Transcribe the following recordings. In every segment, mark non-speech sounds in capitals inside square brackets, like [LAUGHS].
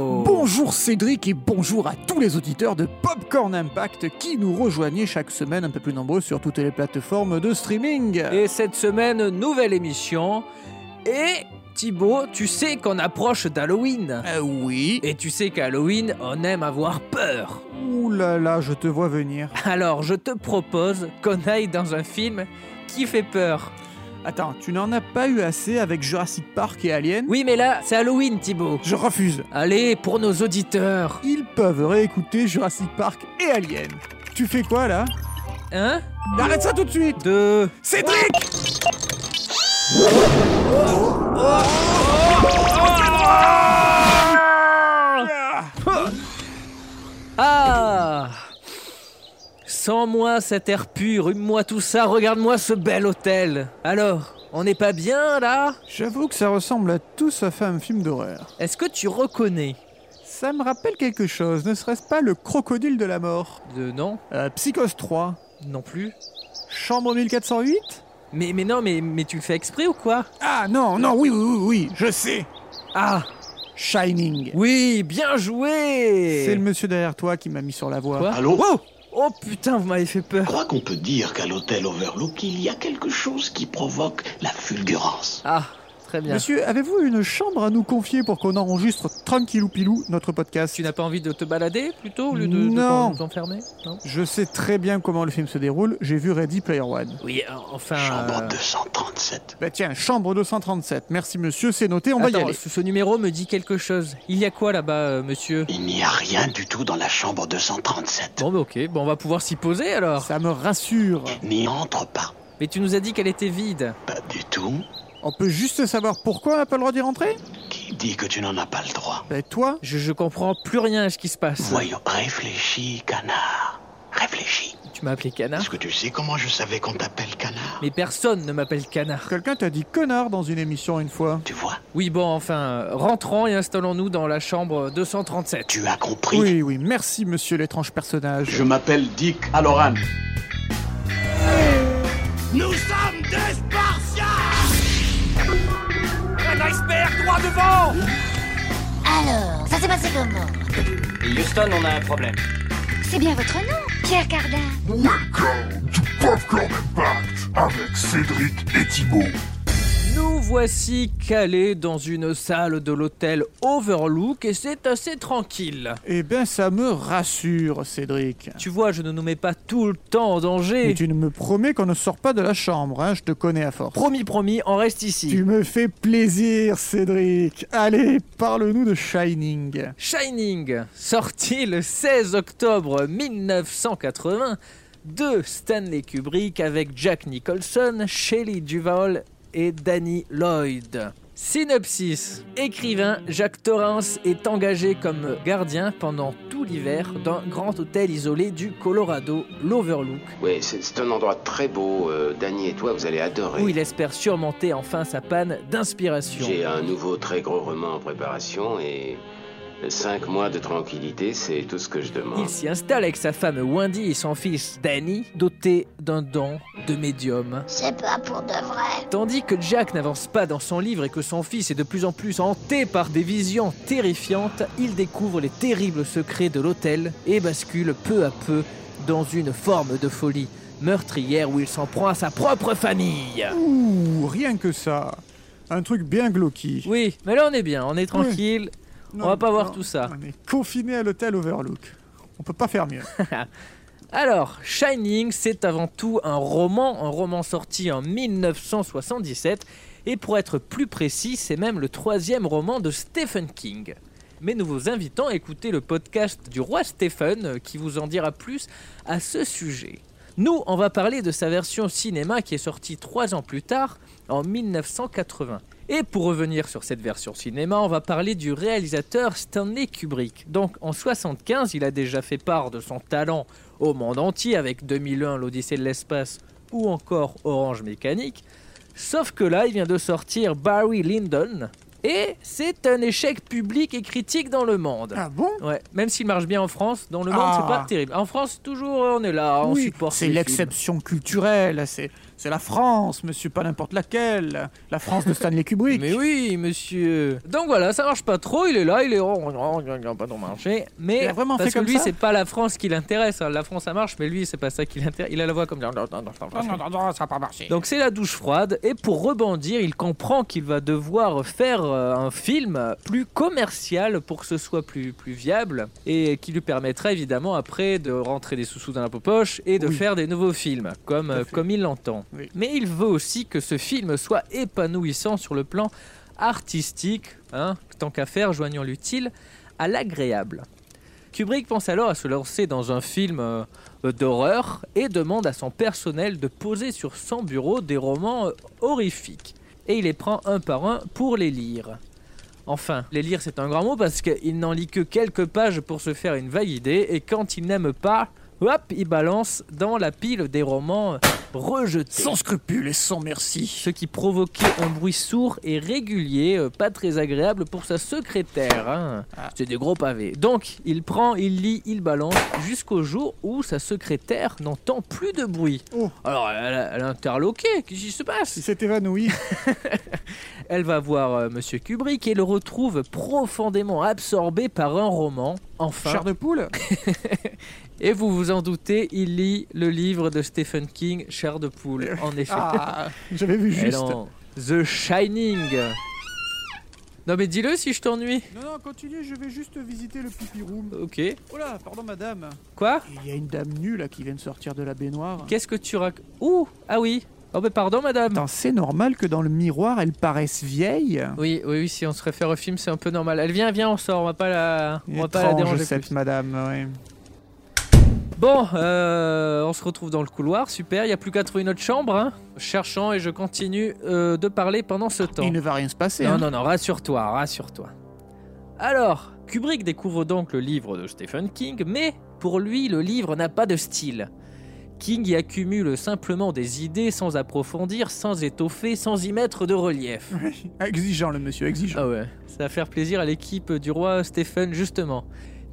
Bonjour Cédric et bonjour à tous les auditeurs de Popcorn Impact qui nous rejoignez chaque semaine un peu plus nombreux sur toutes les plateformes de streaming. Et cette semaine, nouvelle émission. Et Thibaut, tu sais qu'on approche d'Halloween. Euh, oui. Et tu sais qu'à Halloween, on aime avoir peur. Ouh là là, je te vois venir. Alors, je te propose qu'on aille dans un film qui fait peur. Attends, tu n'en as pas eu assez avec Jurassic Park et Alien Oui, mais là, c'est Halloween, Thibaut. Je refuse. Allez, pour nos auditeurs. Ils peuvent réécouter Jurassic Park et Alien. Tu fais quoi là Hein Arrête ça tout de suite Deux. Cédric Ah Sens-moi cet air pur, hume-moi tout ça, regarde-moi ce bel hôtel. Alors, on n'est pas bien là J'avoue que ça ressemble à tout sauf à un film d'horreur. Est-ce que tu reconnais Ça me rappelle quelque chose, ne serait-ce pas le crocodile de la mort De non euh, Psychose 3, Non plus chambre 1408 Mais, mais non, mais, mais tu le fais exprès ou quoi Ah non, non, oui, oui, oui, oui, je sais Ah Shining Oui, bien joué C'est le monsieur derrière toi qui m'a mis sur la voie. Quoi Allô Wow Oh putain, vous m'avez fait Je peur crois qu'on peut dire qu'à l'hôtel Overlook, il y a quelque chose qui provoque la fulgurance. Ah, très bien. Monsieur, avez-vous une chambre à nous confier pour qu'on enregistre tranquillou pilou notre podcast Tu n'as pas envie de te balader plutôt au lieu de, de Non. t'en- t'enfermer Non Je sais très bien comment le film se déroule, j'ai vu Ready Player One. Oui, euh, enfin... Chambre [LAUGHS] euh, 237. Bah tiens, chambre 237, merci monsieur, c'est noté, on va y attends, aller. ce, ce numéro me dit quelque chose. Il y a quoi là-bas, euh, monsieur Il n'y a rien du tout dans la chambre 237. Bon, bah ok, bon, on va pouvoir s'y poser alors. Ça me rassure. N'y entre pas. Mais tu nous as dit qu'elle était vide. Pas du tout. On peut juste savoir pourquoi on n'a pas le droit d'y rentrer Qui dit que tu n'en as pas le droit Bah toi Je, je comprends plus rien à ce qui se passe. Voyons, réfléchis, canard. Réfléchis. Tu m'as appelé Est-ce canard que tu sais comment je savais qu'on t'appelle canard Ah. Mais personne ne m'appelle canard. Quelqu'un t'a dit connard dans une émission une fois. Tu vois, Oui, bon, enfin, euh, rentrons et installons-nous dans la chambre 237. tu as compris. Oui, oui, merci monsieur l'étrange personnage. Je m'appelle Dick Aloran. Nous sommes des Spartiates Alors, ça s'est passé comment Houston, on a un problème. C'est bien votre nom, Pierre Cardin. Welcome to Popcorn Impact avec Cédric et Thibaut. Nous voici calés dans une salle de l'hôtel Overlook et c'est assez tranquille. Eh ben ça me rassure, Cédric. Tu vois, je ne nous mets pas tout le temps en Mais danger. tu ne me promets qu'on ne sort pas de la chambre, hein, je te connais à force. Promis, promis, on reste ici. Tu me fais plaisir, Cédric. Allez, parle-nous de Shining. Shining, sorti le 16 octobre 1980 de Stanley Kubrick avec Jack Nicholson, Shelley Duvall et Danny Lloyd. Synopsis Écrivain, Jack Torrance est engagé comme gardien pendant tout l'hiver d'un grand hôtel isolé du Colorado, l'Overlook, Oui, c'est c'est un endroit très beau. euh, Dany et toi, vous allez adorer. où il espère surmonter enfin sa panne d'inspiration. J'ai euh, un nouveau très gros roman en préparation et cinq mois de tranquillité, c'est tout ce que je demande. Il s'y installe avec sa femme Wendy et son fils Danny, doté d'un don de médium. C'est pas pour de vrai. Tandis que Jack n'avance pas dans son livre et que son fils est de plus en plus hanté par des visions terrifiantes, il découvre les terribles secrets de l'hôtel et bascule peu à peu dans une forme de folie meurtrière où il s'en prend à sa propre famille. Ouh, rien que ça. Un truc bien glauqui. Oui, mais là on est bien, on est tranquille. Non, on va pas voir non, tout ça. On est confiné à l'hôtel Overlook. On peut pas [LAUGHS] faire mieux. Alors, Shining, c'est avant tout un roman, un roman sorti en 1977, et pour être plus précis, c'est même le troisième roman de Stephen King. Mais nous vous invitons à écouter le podcast du roi Stephen, euh, qui vous en dira plus à ce sujet. Nous, on va parler de sa version cinéma qui est sortie trois ans plus tard, en 1980. Et pour revenir sur cette version cinéma, on va parler du réalisateur Stanley Kubrick. Donc en 75, il a déjà fait part de son talent au monde entier avec 2001, l'Odyssée de l'espace ou encore Orange Mécanique. Sauf que là, il vient de sortir Barry Lyndon, Et c'est un échec public et critique dans le monde. Ah bon Ouais, même s'il marche bien en France, dans le monde, Ah. c'est pas terrible. En France, toujours, on est là, Ah, on Oui, supporte. C'est les films. l'exception culturelle, c'est c'est la France, monsieur, pas n'importe laquelle. La France [LAUGHS] de Stanley Kubrick. Mais oui, monsieur. Donc voilà, ça marche pas trop. Il est là, il est rond, rond, rond, rond, pas ton marché. Mais Il a vraiment parce fait que comme lui, ça c'est pas la France qui l'intéresse. hein. La France, ça marche, mais lui, c'est pas ça qui l'intéresse. Il a la voix comme. Donc c'est la douche froide. Et pour rebondir, il comprend qu'il va devoir faire euh, un film plus commercial pour que ce soit plus, plus viable et qui lui permettra évidemment après de rentrer des sous-sous dans la poche et de Oui. faire des nouveaux films comme, à euh, fait. comme il l'entend. Oui. Mais il veut aussi que ce film soit épanouissant sur le plan artistique. hein. tant qu'à faire, joignons l'utile à l'agréable. Kubrick pense alors à se lancer dans un film euh, euh, d'horreur et demande à son personnel de poser sur son bureau des romans euh, horrifiques. Et il les prend un par un pour les lire. Enfin, les lire c'est un grand mot parce qu'il n'en lit que quelques pages pour se faire une vague idée et quand il n'aime pas, hop, il balance dans la pile des romans euh, rejetés. Sans scrupules et sans merci. Ce qui provoquait un bruit sourd et régulier, euh, pas très agréable pour sa secrétaire. hein. C'est des gros pavés. Donc, il prend, il lit, il balance, jusqu'au jour où sa secrétaire n'entend plus de bruit. Oh. Alors, elle, a- elle est interloquée. Qu'est-ce qui se passe Il s'est évanoui. Elle va voir euh, Monsieur Kubrick et le retrouve profondément absorbé par un roman. Enfin, Chair de poule et vous vous en doutez, il lit le livre de Stephen King, Chair de poule. [LAUGHS] En effet. Ah, j'avais vu Eh juste. non, The Shining. Non mais dis-le si je t'ennuie. Non, non, continue, je vais juste visiter le pipi room. Ok. Oh là, pardon, madame. Quoi Il y a une dame nue là qui vient de sortir de la baignoire. Qu'est-ce que tu rac... Ouh Ah oui Oh mais pardon madame Attends, c'est normal que dans le miroir elle paraisse vieille Oui, oui, oui, si on se réfère au film, c'est un peu normal. Elle vient, viens, on sort, on va pas la, on va pas la Étrange, déranger cette plus. madame, ouais. Bon, euh, on se retrouve dans le couloir, super, il a plus qu'à trouver une autre chambre. hein. Cherchant et je continue euh, de parler pendant ce temps. Il ne va rien se passer. Non, hein. non, non, rassure-toi, rassure-toi. Alors, Kubrick découvre donc le livre de Stephen King, mais pour lui, le livre n'a pas de style. King y accumule simplement des idées sans approfondir, sans étoffer, sans y mettre de relief. Exigeant le monsieur, exigeant. Ah ouais, ça va faire plaisir à l'équipe du roi Stephen, justement.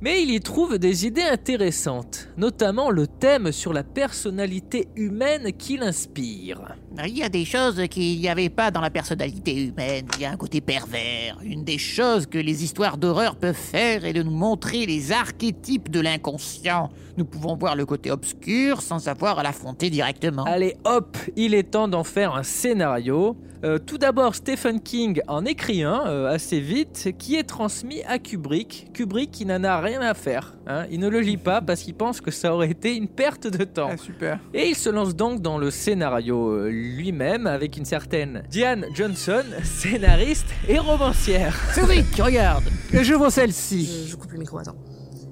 Mais il y trouve des idées intéressantes, notamment le thème sur la personnalité humaine qu'il inspire. Il y a des choses qu'il n'y avait pas dans la personnalité humaine. Il y a un côté pervers. Une des choses que les histoires d'horreur peuvent faire est de nous montrer les archétypes de l'inconscient. Nous pouvons voir le côté obscur sans avoir à l'affronter directement. Ah, Allez hop, il est temps d'en faire un scénario. Euh, tout d'abord, Stephen King en écrit un euh, assez vite qui est transmis à Kubrick. Kubrick qui n'en a rien à faire. hein. Il ne le lit pas parce qu'il pense que ça aurait été une perte de temps. Ah, super. Et il se lance donc dans le scénario euh, lui-même avec une certaine Diane Johnson, [LAUGHS] scénariste et romancière. Kubrick, regarde Et je vois celle-ci. Je, je coupe le micro, attends.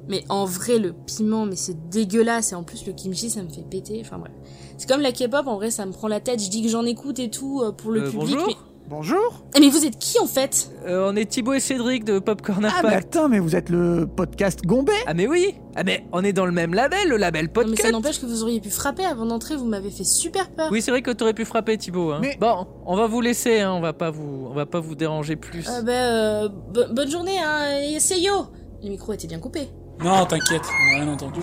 Mais en vrai, le piment, mais c'est dégueulasse. Et en plus, le kimchi, ça me fait péter. Enfin bref. C'est comme la K-pop, en vrai, ça me prend la tête. Je dis que j'en écoute et tout euh, pour le Euh, public. bonjour. Mais... Bonjour. Eh, mais vous êtes qui en fait [LAUGHS] Euh, on est Thibaut et Cédric de Popcorn Ah, mais Impact. attends, mais vous êtes le podcast Gombet Ah mais oui Ah mais on est dans le même label, le label bah. Non, Mais ça podcast n'empêche que vous auriez pu frapper avant d'entrer. Vous m'avez fait super peur. Oui, c'est vrai que t'aurais pu frapper Thibaut. hein. Mais- Bon, on va vous laisser, hein, on va pas vous, on va pas vous déranger plus. Euh, bah, euh, bo- bonne journée, hein. et C'est yo. Le micro était bien coupé. Non, t'inquiète, on n'a rien entendu.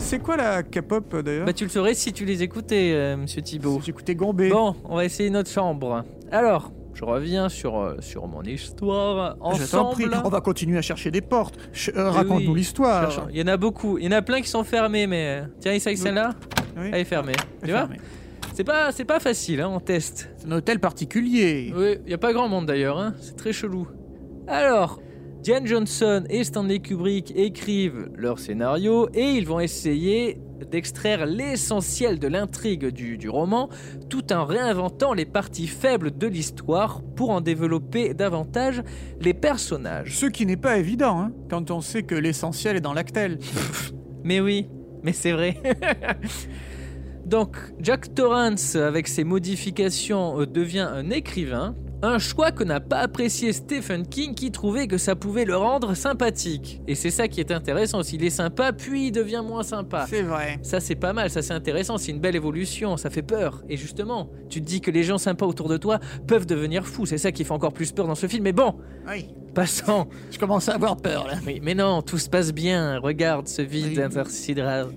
C'est quoi la K-pop euh, d'ailleurs Bah tu le saurais si tu les écoutais, euh, Monsieur Thibaut. J'écoutais Gombé. Bon, on va essayer notre chambre. Alors, je reviens sur euh, sur mon histoire. Je t'en Ensemble, prie, on va continuer à chercher des portes. Ch- euh, Eh Raconte-nous oui. l'histoire. il y en a beaucoup, il y en a plein qui sont fermés, mais euh, tiens, essaye celle-là. Oui. Elle est fermée. Tu vois Fermé. C'est pas, c'est pas facile, hein, on teste. C'est un hôtel particulier. Oui, y a pas grand monde d'ailleurs, hein. c'est très chelou. Alors, Diane Johnson et Stanley Kubrick écrivent leur scénario et ils vont essayer d'extraire l'essentiel de l'intrigue du, du roman tout en réinventant les parties faibles de l'histoire pour en développer davantage les personnages. Ce qui n'est pas évident, hein, quand on sait que l'essentiel est dans l'actel. Mais oui, mais c'est vrai. [LAUGHS] Donc, Jack Torrance, avec ses modifications, euh, devient un écrivain, Un choix que n'a pas apprécié Stephen King qui trouvait que ça pouvait le rendre sympathique. Et c'est ça qui est intéressant, s'il est sympa, puis il devient moins sympa. C'est vrai. Ça c'est pas mal, ça c'est intéressant, c'est une belle évolution, ça fait peur. Et justement, tu te dis que les gens sympas autour de toi peuvent devenir fous, c'est ça qui fait encore plus peur dans ce film. Mais bon, Oui. passons. Je commence à avoir peur là. Oui, Ah, mais non, tout se passe bien. Regarde ce vide Oui. intersidéral.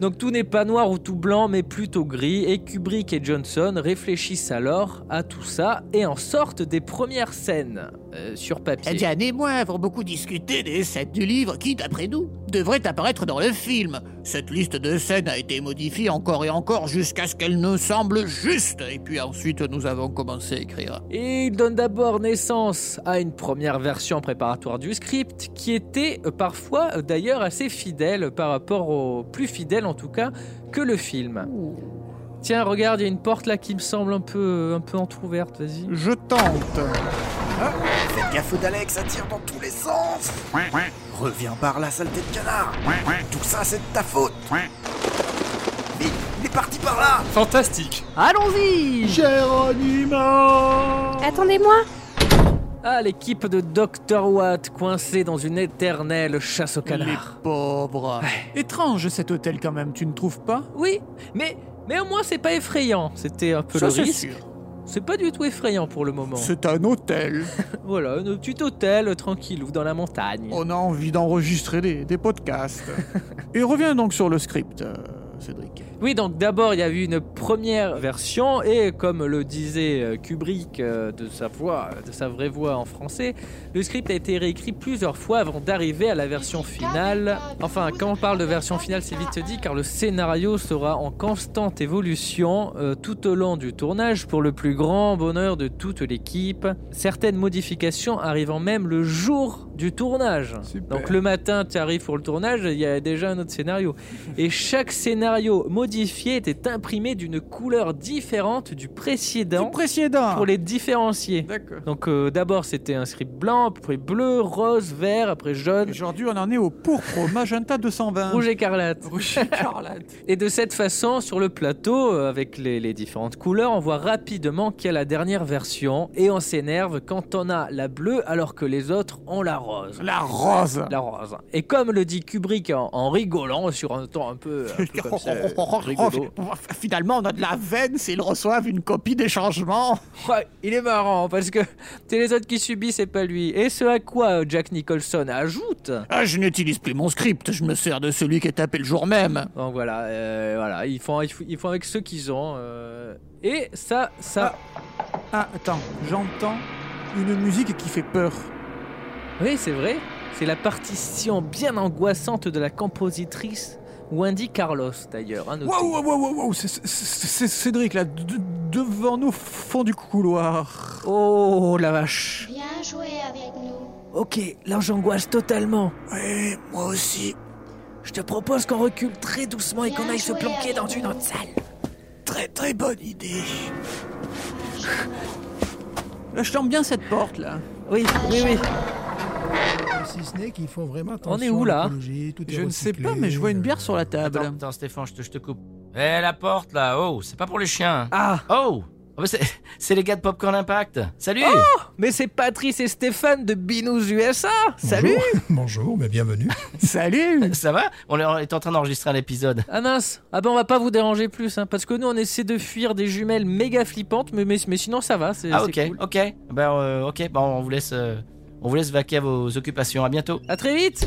Donc tout n'est pas noir ou tout blanc, mais plutôt gris. Et Kubrick et Johnson réfléchissent alors à tout ça et en sortent des premières scènes euh, sur Eh papier. Diane et moi avons beaucoup discuté des scènes du livre qui, d'après nous, devraient apparaître dans le film. Cette liste de scènes a été modifiée encore et encore jusqu'à ce qu'elle nous semble juste. Et puis ensuite, nous avons commencé à écrire. Et il donne d'abord naissance à une première version préparatoire du script qui était euh, parfois euh, d'ailleurs assez fidèle par rapport au plus fidèle en tout cas que le film. Tiens, regarde, il y a une porte là qui me semble un peu un peu entrouverte, vas-y. Je tente. Ah, Faites gaffe d'Alex, ça tire dans tous les sens Reviens par là, saleté de canard Tout ça, c'est de ta faute Vite, il est parti par là Fantastique Allons-y Géronimo Attendez-moi Ah, l'équipe de Dr. Watt coincée dans une éternelle chasse au canard. Pauvre. Étrange cet hôtel quand même, tu ne trouves pas Oui, mais, mais au moins c'est pas effrayant. C'était un peu Ça, le c'est risque. C'est pas du tout effrayant pour le moment. C'est un hôtel. Voilà, un petit hôtel tranquille ou dans la montagne. On a envie d'enregistrer des, des [LAUGHS] podcasts. Et reviens donc sur le script, euh, Cédric. Oui, donc d'abord, il y a eu une première version, et comme le disait euh, Kubrick euh, de sa voix, de sa vraie voix en français, le script a été réécrit plusieurs fois avant d'arriver à la version finale. Enfin, quand on parle de version finale, c'est vite dit, car le scénario sera en constante évolution euh, tout au long du tournage pour le plus grand bonheur de toute l'équipe. Certaines modifications arrivant même le jour du tournage. Super. Donc le matin, tu arrives pour le tournage, il y a déjà un autre scénario. Et chaque scénario modifié était imprimé d'une couleur différente du précédent précédent. pour les différencier. D'accord. Donc euh, d'abord c'était un script blanc, après bleu, rose, vert, après jaune, Aujourd'hui, on en est au pourpre, au magenta 220. rouge écarlate. [LAUGHS] Et de cette façon, sur le plateau, euh, avec les, les différentes couleurs, on voit rapidement qu'il y a la dernière version et on s'énerve quand on a la bleue alors que les autres ont la rose. La rose. La rose. Et comme le dit Kubrick en, en rigolant sur un ton un peu, Ah, un peu comme ça, [LAUGHS] Oh, euh, rigolo. Finalement, on a de la veine s'ils reçoivent une copie des changements. Ouais, il est marrant parce que c'est les autres qui subissent et pas lui. Et ce à quoi euh, Jack Nicholson ajoute. Ah, je n'utilise plus mon script, je me sers de celui qui est tapé le jour même. Donc voilà, euh, voilà, ils font, ils font, ils font avec ceux qu'ils ont. euh, et ça, ça. Ah, attends, j'entends une musique qui fait peur. Oui, c'est vrai. C'est la partition bien angoissante de la compositrice Wendy Carlos d'ailleurs. hein, notez. Waouh, waouh, waouh, waouh, waouh, c'est- c'est- c'est Cédric là, de- devant nous, fond du couloir. Oh la vache. Viens jouer avec nous. Ok, là j'angoisse totalement. Ouais, moi aussi. Je te propose qu'on recule très doucement et qu'on aille se planquer dans une autre salle. Très très bonne idée. Là, je sens bien cette porte là. Oui, oui, oui. Si ce n'est qu'il faut vraiment On est où là Je ne sais pas, mais je vois une bière sur la table. Attends, attends, Stéphane, je te, je te coupe. Eh, la porte là, oh, c'est pas pour les chiens. Ah, Oh, Ah bah, c'est [LAUGHS] c'est les gars de Popcorn Impact. Salut mais c'est Patrice et Stéphane de Binous USA. Salut. Bonjour, mais bienvenue. Salut [LAUGHS] Ça va on est, on est en train d'enregistrer un épisode. Ah mince, ah ben on va pas vous déranger plus, hein, parce que nous on essaie de fuir des jumelles méga flippantes, mais, mais, mais sinon ça va, c'est Ah Eh, c'est ok, cool. ok. Ben euh, ok, bon, on vous laisse, euh, on vous laisse vaquer à vos occupations. À bientôt. À très vite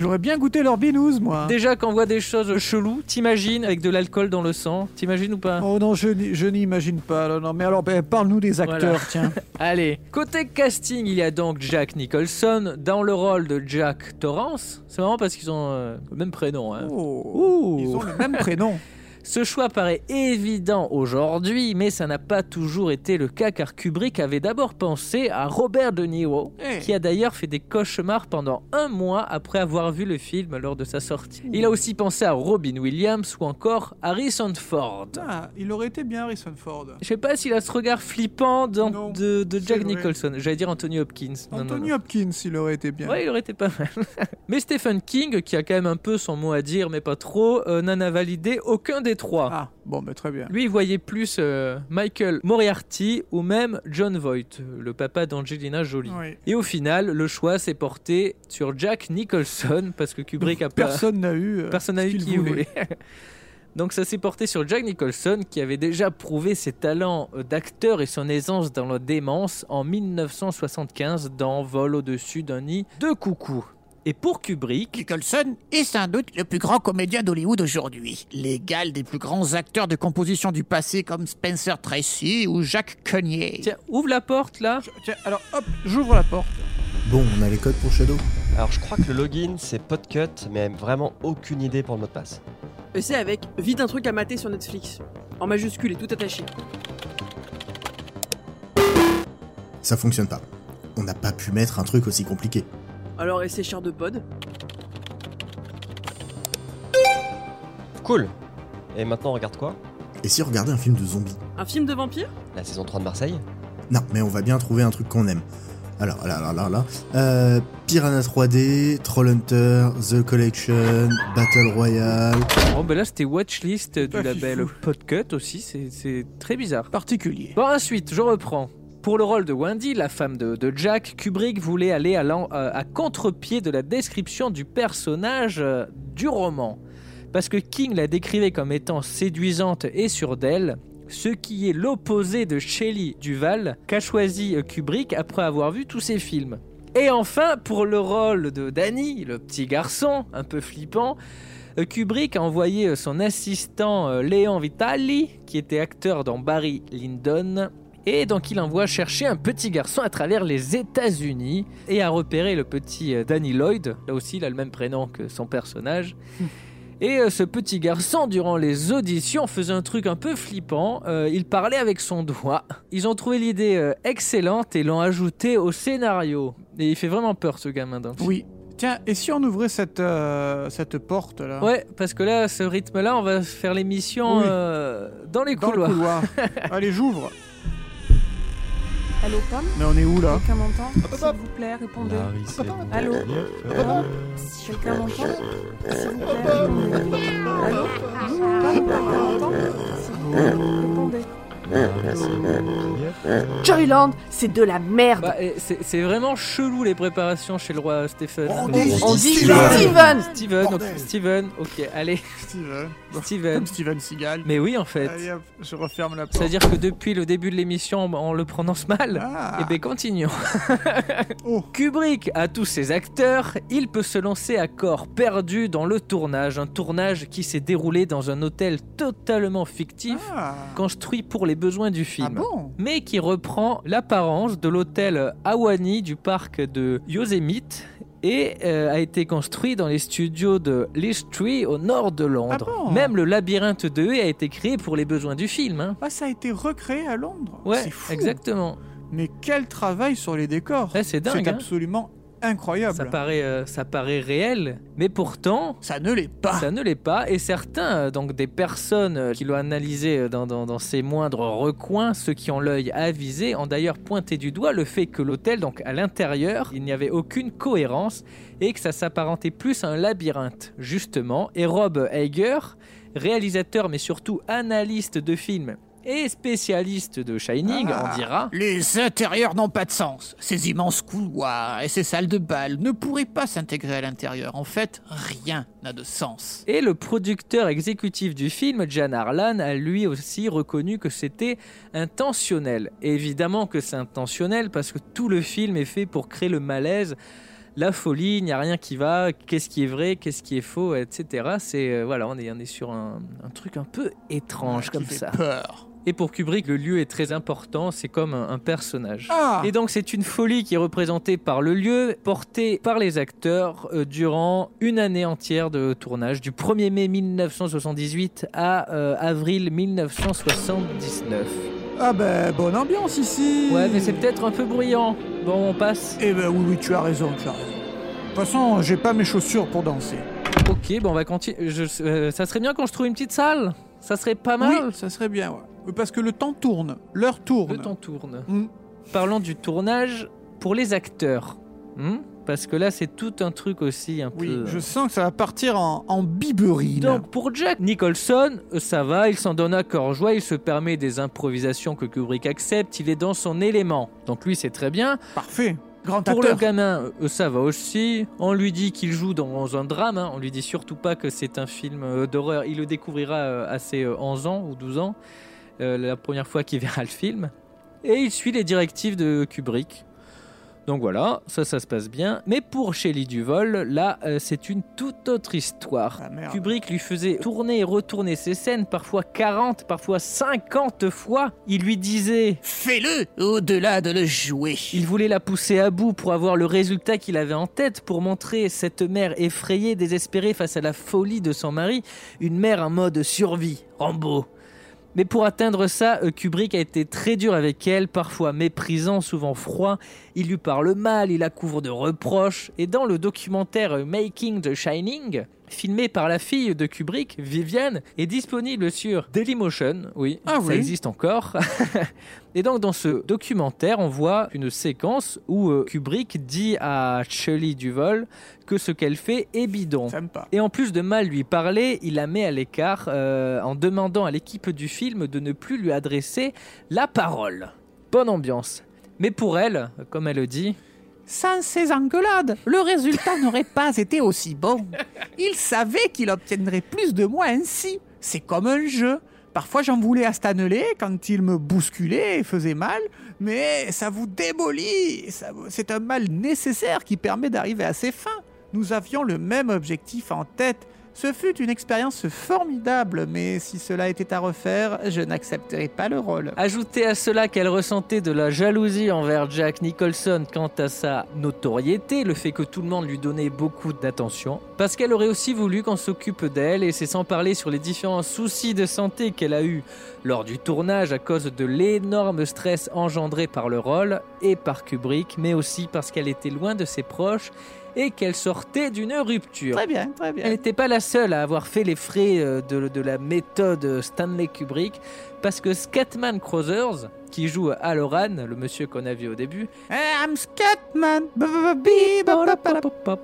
J'aurais bien goûté leur binouze, moi. Déjà qu'on voit des choses cheloues, t'imagines, avec de l'alcool dans le sang, t'imagines ou pas Oh non, je, n'y- je n'imagine pas. Non, non, mais alors, ben, parle-nous des acteurs, Voilà. [LAUGHS] tiens. Allez, côté casting, il y a donc Jack Nicholson dans le rôle de Jack Torrance. C'est marrant parce qu'ils ont euh, le même prénom. Hein. Oh, Ils ont le même prénom. Ce choix paraît évident aujourd'hui, mais ça n'a pas toujours été le cas car Kubrick avait d'abord pensé à Robert De Niro, Eh. qui a d'ailleurs fait des cauchemars pendant un mois après avoir vu le film lors de sa sortie. Il a aussi pensé à Robin Williams ou encore Harrison Ford. Ah, il aurait été bien Harrison Ford. Je sais pas s'il a ce regard flippant d'An- Non, de, de c'est Jack vrai. Nicholson. J'allais dire Anthony Hopkins. Non, non, non. Anthony Hopkins, il aurait été bien. Ouais, il aurait été pas mal. [LAUGHS] mais Stephen King, qui a quand même un peu son mot à dire, mais pas trop, euh, n'en a validé aucun des trois. Ah, bon, bah, très bien. Lui, il voyait plus euh, Michael Moriarty ou même John Voight, le papa d'Angelina Jolie. Oui. Et au final, le choix s'est porté sur Jack Nicholson parce que Kubrick a pas- Personne n'a eu. euh, personne n'a ce eu qu'il qui il voulait. [LAUGHS] Donc ça s'est porté sur Jack Nicholson qui avait déjà prouvé ses talents euh, d'acteur et son aisance dans la démence en 1975 dans Vol au-dessus d'un nid de coucou. Et pour Kubrick, Nicholson est sans doute le plus grand comédien d'Hollywood aujourd'hui, l'égal des plus grands acteurs de composition du passé comme Spencer Tracy ou Jacques Cognier. tiens, ouvre la porte là. Tiens, alors hop, j'ouvre la porte. Bon, on a les codes pour Shadow Alors je crois que le login c'est podcut, mais vraiment aucune idée pour le mot de passe. Euh, C'est avec Vite un truc à mater sur Netflix. En majuscule et tout attaché. Ça fonctionne pas. On n'a pas pu mettre un truc aussi compliqué. Alors, et c'est cher de pod Cool Et maintenant on regarde quoi Et si on regardait un film de zombies Un film de vampire La saison 3 de Marseille Non, mais on va bien trouver un truc qu'on aime. Alors, là, là, là, là. Euh, Piranha 3D, Trollhunter, The Collection, Battle Royale. Oh ben là c'était Watchlist du Ah, label fifou. Podcut aussi, c'est- c'est très bizarre. Particulier. Bon ensuite, je reprends. Pour le rôle de Wendy, la femme de, de Jack, Kubrick voulait aller à, l'en- euh, à contre-pied de la description du personnage euh, du roman. Parce que King la décrivait comme étant séduisante et sûre d'elle, ce qui est l'opposé de Shelley Duval qu'a choisi euh, Kubrick après avoir vu tous ses films. Et enfin, pour le rôle de Danny, le petit garçon, un peu flippant, euh, Kubrick a envoyé euh, son assistant euh, Léon Vitali, qui était acteur dans Barry Lyndon, et donc il envoie chercher un petit garçon à travers les États-Unis et a repéré le petit euh, Danny Lloyd, là aussi il a le même prénom que son personnage. Et euh, ce petit garçon, durant les auditions, faisait un truc un peu flippant. Euh, il parlait avec son doigt. Ils ont trouvé l'idée euh, excellente et l'ont ajoutée au scénario. Et il fait vraiment peur, ce gamin. d'un Oui. Tiens, et si on ouvrait cette, euh, cette porte là Ouais, parce que là, à ce rythme-là, on va faire l'émission Oui. euh, dans les Dans le couloirs. couloir. [LAUGHS] Allez, j'ouvre. Allô, Pomme Mais on est où là Quelqu'un m'entend S'il vous plaît, répondez. Allô Pomme Quelqu'un m'entend S'il vous plaît, répondez. Allô Pomme S'il vous plaît, répondez. Joyland, c'est de la merde Bah, eh, c'est c'est vraiment chelou les préparations chez le roi Stephen. On dit On dit Steven. Steven. Steven, ok, Bordel. Steven, ok, allez. Steven. Steven. Comme Steven Seagal. Mais oui, en fait. Allez, hop, je referme la porte. C'est-à-dire que depuis le début de l'émission, on le prononce mal. Ah. Oh. Et bien, [LAUGHS] continuons. Kubrick a tous ses acteurs. Il peut se lancer à corps perdu dans le tournage. Un tournage qui s'est déroulé dans un hôtel totalement fictif, construit pour les besoins du film. ah. bon mais qui reprend l'apparence de l'hôtel Hawani du parc de Yosemite et euh, a été construit dans les studios de Listree au nord de Londres. Ah bon Même le labyrinthe de Haie a été créé pour les besoins du film. hein. Ah, ça a été recréé à Londres. Ouais, C'est fou. exactement. Mais quel travail sur les décors. Ouais, c'est dingue. C'est hein. absolument incroyable. Ça paraît, euh, ça paraît réel, mais pourtant. Ça ne l'est pas. Ça ne l'est pas. Et certains, euh, donc des personnes euh, qui l'ont analysé euh, dans, dans, dans ses moindres recoins, ceux qui ont l'œil avisé, ont d'ailleurs pointé du doigt le fait que l'hôtel, donc à l'intérieur, il n'y avait aucune cohérence et que ça s'apparentait plus à un labyrinthe, justement. Et Rob Hager, réalisateur mais surtout analyste de films et spécialiste de Shining, Ah. on dira. Les intérieurs n'ont pas de sens. Ces immenses couloirs et ces salles de bal ne pourraient pas s'intégrer à l'intérieur. En fait, rien n'a de sens. Et le producteur exécutif du film, Jan Harlan, a lui aussi reconnu que c'était intentionnel. Et évidemment que c'est intentionnel parce que tout le film est fait pour créer le malaise, la folie, il n'y a rien qui va, qu'est-ce qui est vrai, qu'est-ce qui est faux, etc. C'est euh, voilà, on est, on est sur un, un truc un peu Ah, étrange comme fait ça. peur. Et pour Kubrick, le lieu est très important, c'est comme un, un personnage. Ah Et donc c'est une folie qui est représentée par le lieu, portée par les acteurs euh, durant une année entière de tournage, du 1er mai 1978 à euh, avril 1979. Ah ben, bonne ambiance ici. Ouais, mais c'est peut-être un peu bruyant. Bon, on passe. Eh ben oui, oui, tu as raison, tu as raison. De toute façon, j'ai pas mes chaussures pour danser. Ok, bon, on va continuer. Je- euh, ça serait bien qu'on se trouve une petite salle. Ça serait pas mal. Oui, Ah bah ça serait bien, ouais. Oui, Parce que le temps tourne, l'heure tourne. Le temps tourne. Mm. Parlons du tournage pour les acteurs. Hmm parce que là, c'est tout un truc aussi un Oui, peu. euh, je sens que ça va partir en, en biberie. là. Donc pour Jack Nicholson, euh, ça va, il s'en donne à corps joie, il se permet des improvisations que Kubrick accepte, il est dans son élément. Donc lui, c'est très bien. Parfait. Grand Pour acteur. le gamin, euh, ça va aussi. On lui dit qu'il joue dans un drame. hein. On lui dit surtout pas que c'est un film euh, d'horreur. Il le découvrira euh, à ses euh, 11 ans ou 12 ans, euh, la première fois qu'il [LAUGHS] verra le film. Et il suit les directives de Kubrick. Donc voilà, ça, ça se passe bien. Mais pour Shelley Duvol, là, euh, c'est une toute autre histoire. Ah, Kubrick lui faisait tourner et retourner ses scènes, parfois 40, parfois 50 fois. Il lui disait Fais-le au-delà de le jouer. Il voulait la pousser à bout pour avoir le résultat qu'il avait en tête, pour montrer cette mère effrayée, désespérée face à la folie de son mari, une mère en mode survie, Rambo. Mais pour atteindre ça, euh, Kubrick a été très dur avec elle, parfois méprisant, souvent froid. Il lui parle mal, il la couvre de reproches. Et dans le documentaire euh, Making the Shining, filmé par la fille de Kubrick, Viviane, est disponible sur Dailymotion. Oui, Ah ça oui. existe encore. [LAUGHS] et donc dans ce documentaire, on voit une séquence où euh, Kubrick dit à Shelley Duvall que ce qu'elle fait est bidon. Et en plus de mal lui parler, il la met à l'écart euh, en demandant à l'équipe du film de ne plus lui adresser la parole. Bonne ambiance. Mais pour elle, comme elle le dit, Sans ces engueulades, le résultat n'aurait pas [LAUGHS] été aussi bon. Il savait qu'il obtiendrait plus de moi ainsi. C'est comme un jeu. Parfois, j'en voulais à Stanley quand il me bousculait et faisait mal, mais ça vous démolit. Ça vous- C'est un mal nécessaire qui permet d'arriver à ses fins. Nous avions le même objectif en tête. Ce fut une expérience formidable, mais si cela était à refaire, je n'accepterais pas le rôle. Ajoutez à cela qu'elle ressentait de la jalousie envers Jack Nicholson quant à sa notoriété, le fait que tout le monde lui donnait beaucoup d'attention, parce qu'elle aurait aussi voulu qu'on s'occupe d'elle, et c'est sans parler sur les différents soucis de santé qu'elle a eus lors du tournage à cause de l'énorme stress engendré par le rôle et par Kubrick, mais aussi parce qu'elle était loin de ses proches et qu'elle sortait d'une rupture. Très bien, très bien. Elle n'était pas la seule à avoir fait les frais euh, de, de la méthode Stanley Kubrick, parce que Scatman Crothers, qui joue Aloran, le monsieur qu'on a vu au début, Eh, I'm Scatman. Pop.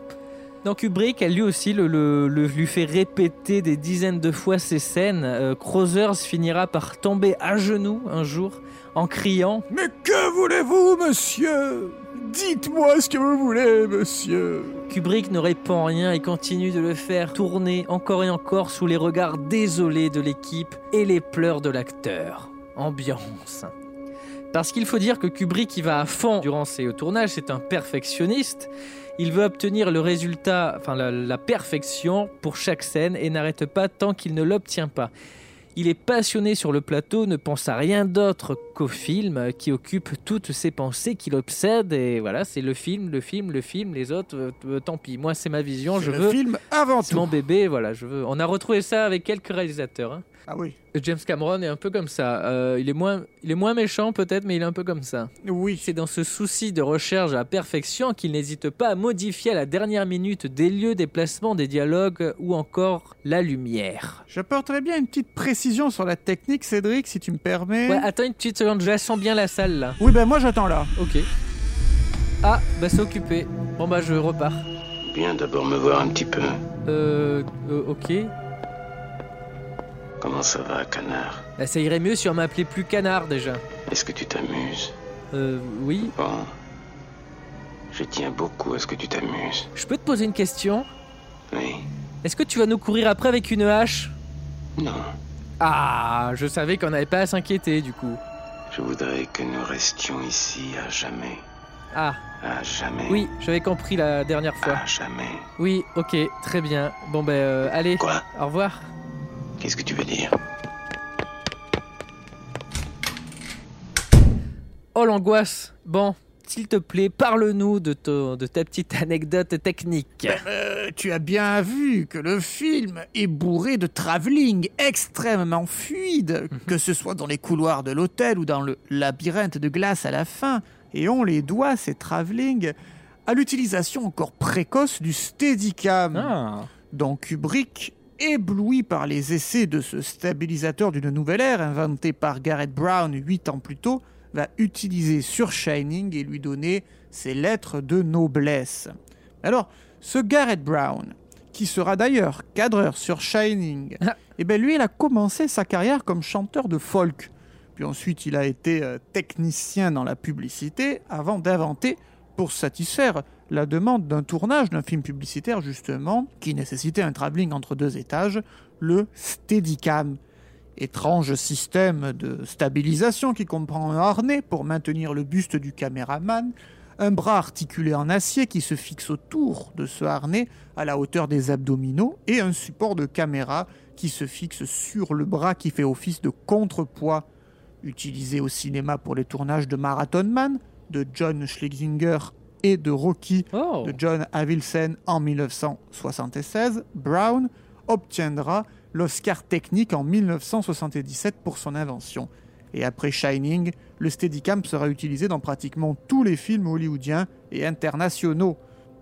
donc Kubrick, elle lui aussi le, le- le- lui fait répéter des dizaines de fois ces scènes. Euh, Crothers finira par tomber à genoux un jour en criant Mais que voulez-vous, monsieur Dites-moi ce que vous voulez, monsieur. Kubrick ne répond rien et continue de le faire tourner encore et encore sous les regards désolés de l'équipe et les pleurs de l'acteur. Ambiance. Parce qu'il faut dire que Kubrick y va à fond durant ses euh, tournages, c'est un perfectionniste. Il veut obtenir le résultat, enfin la, la perfection pour chaque scène et n'arrête pas tant qu'il ne l'obtient pas. Il est passionné sur le plateau, ne pense à rien d'autre qu'au film euh, qui occupe toutes ses pensées, qui l'obsède. Et voilà, c'est le film, le film, le film, les autres, euh, euh, tant pis. Moi, c'est ma vision, C'est je le Euh. veux. film avant C'est mon bébé, voilà, je veux. On a retrouvé ça avec quelques réalisateurs. hein. Ah oui. James Cameron est un peu comme ça. Euh, il, est moins, il est moins méchant peut-être, mais il est un peu comme ça. Oui. C'est dans ce souci de recherche à la perfection qu'il n'hésite pas à modifier à la dernière minute des lieux, des placements, des dialogues ou encore la lumière. J'apporterais bien une petite précision sur la technique, Cédric, si tu me permets. Ouais, attends une petite seconde, je la sens bien la salle là. Oui, ben moi j'attends là. Ok. Ah, bah c'est occupé. Bon bah je repars. Bien d'abord me voir un petit peu. Euh, euh, ok. Comment ça va, canard Bah, ça irait mieux si on m'appelait plus canard déjà. Est-ce que tu t'amuses Euh, oui. Bon. Je tiens beaucoup à ce que tu t'amuses. Je peux te poser une question Oui. Est-ce que tu vas nous courir après avec une hache Non. Ah, je savais qu'on n'avait pas à s'inquiéter du coup. Je voudrais que nous restions ici à jamais. Ah, À jamais. oui, j'avais compris la dernière fois. À jamais. Oui, ok, très bien. Bon ben, euh, allez. Quoi Au revoir. Qu'est-ce que tu veux dire Oh l'angoisse. Bon, s'il te plaît, parle-nous de, ton- de ta petite anecdote technique. Euh, tu as bien vu que le film est bourré de travelling extrêmement fluide, que ce soit dans les couloirs de l'hôtel ou dans le labyrinthe de glace à la fin, et on les doit, ces travelling, à l'utilisation encore précoce du Steadicam. Dans Kubrick, ébloui par les essais de ce stabilisateur d'une nouvelle ère inventé par Garrett Brown huit ans plus tôt, va utiliser sur Shining et lui donner ses lettres de noblesse. Alors, ce Garrett Brown, qui sera d'ailleurs cadreur sur Shining, eh ben lui, il a commencé sa carrière comme chanteur de folk. Puis ensuite, il a été euh, technicien dans la publicité avant d'inventer, pour satisfaire la demande d'un tournage d'un film publicitaire, justement, qui nécessitait un travelling entre deux étages, le Steadicam. Étrange système de stabilisation qui comprend un harnais pour maintenir le buste du caméraman, un bras articulé en acier qui se fixe autour de ce harnais à la hauteur des abdominaux et un support de caméra qui se fixe sur le bras qui fait office de contrepoids. Utilisé au cinéma pour les tournages de Marathon Man, de John Schlesinger et de Rocky Oh, de John Avildsen en 1976, Brown obtiendra l'Oscar technique en 1977 pour son invention. Et après Shining, le Steadicam sera utilisé dans pratiquement tous les films hollywoodiens et internationaux.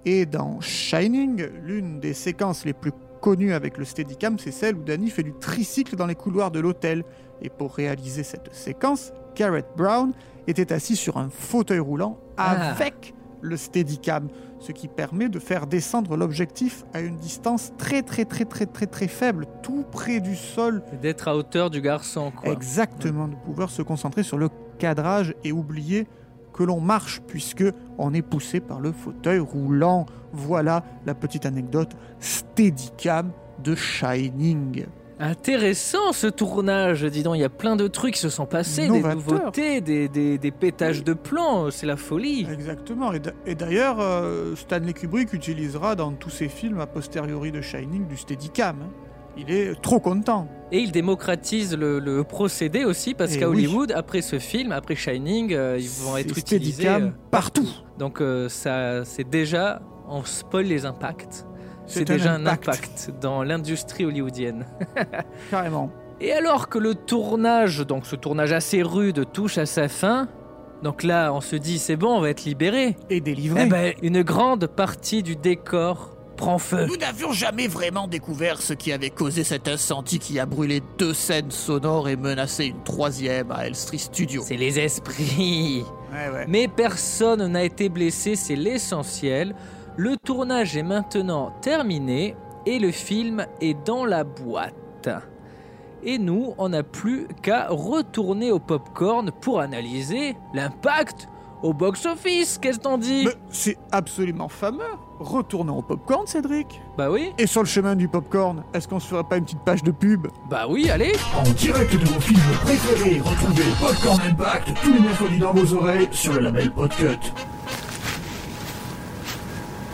Et dans Shining, l'une des séquences les plus connues avec le Steadicam, c'est celle où Danny fait du tricycle dans les couloirs de l'hôtel. Et pour réaliser cette séquence, Garrett Brown était assis sur un fauteuil roulant Ah. avec le Steadicam, ce qui permet de faire descendre l'objectif à une distance très très très très très très faible, tout près du sol D'être à hauteur du garçon, quoi. Exactement, de pouvoir se concentrer sur le cadrage et oublier que l'on marche puisque on est poussé par le fauteuil roulant. Voilà la petite anecdote Steadicam de Shining. Intéressant ce tournage, dis donc, il y a plein de trucs qui se sont passés, Novateur. des nouveautés, des, des- des pétages de plans, c'est la folie. Exactement, et d'a- et d'ailleurs euh, Stanley Kubrick utilisera dans tous ses films a posteriori de Shining du Steadicam. hein. Il est trop content. Et il démocratise le, le procédé aussi, parce Eh qu'à oui. Hollywood, après ce film, après Shining, euh, ils vont être C'est utilisés euh, Steadicam partout. Donc euh, ça, c'est déjà, on spoil les impacts. C'est C'est un déjà un impact. impact dans l'industrie hollywoodienne. Carrément. Et alors que le tournage, donc ce tournage assez rude, touche à sa fin, donc là on se dit c'est bon, on va être libéré. Et délivré. Eh ben, une grande partie du décor prend feu. Nous n'avions jamais vraiment découvert ce qui avait causé cet incendie qui a brûlé deux scènes sonores et menacé une troisième à Elstree Studio. C'est les esprits. Mais personne n'a été blessé, c'est l'essentiel. Le tournage est maintenant terminé et le film est dans la boîte. Et nous, on n'a plus qu'à retourner au popcorn pour analyser l'impact au box-office. Qu'est-ce qu'on dit C'est absolument fameux. Retournons au popcorn, Cédric. Bah oui. Et sur le chemin du popcorn, est-ce qu'on se fera pas une petite page de pub Bah oui, allez. En direct de vos films préférés, retrouvez Popcorn Impact tous les mercredis dans vos oreilles sur le label Podcut.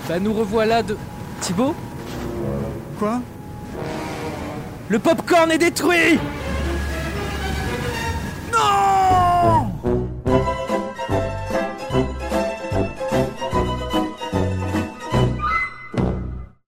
Bah nous revoilà de... Thibaut Quoi Le popcorn est détruit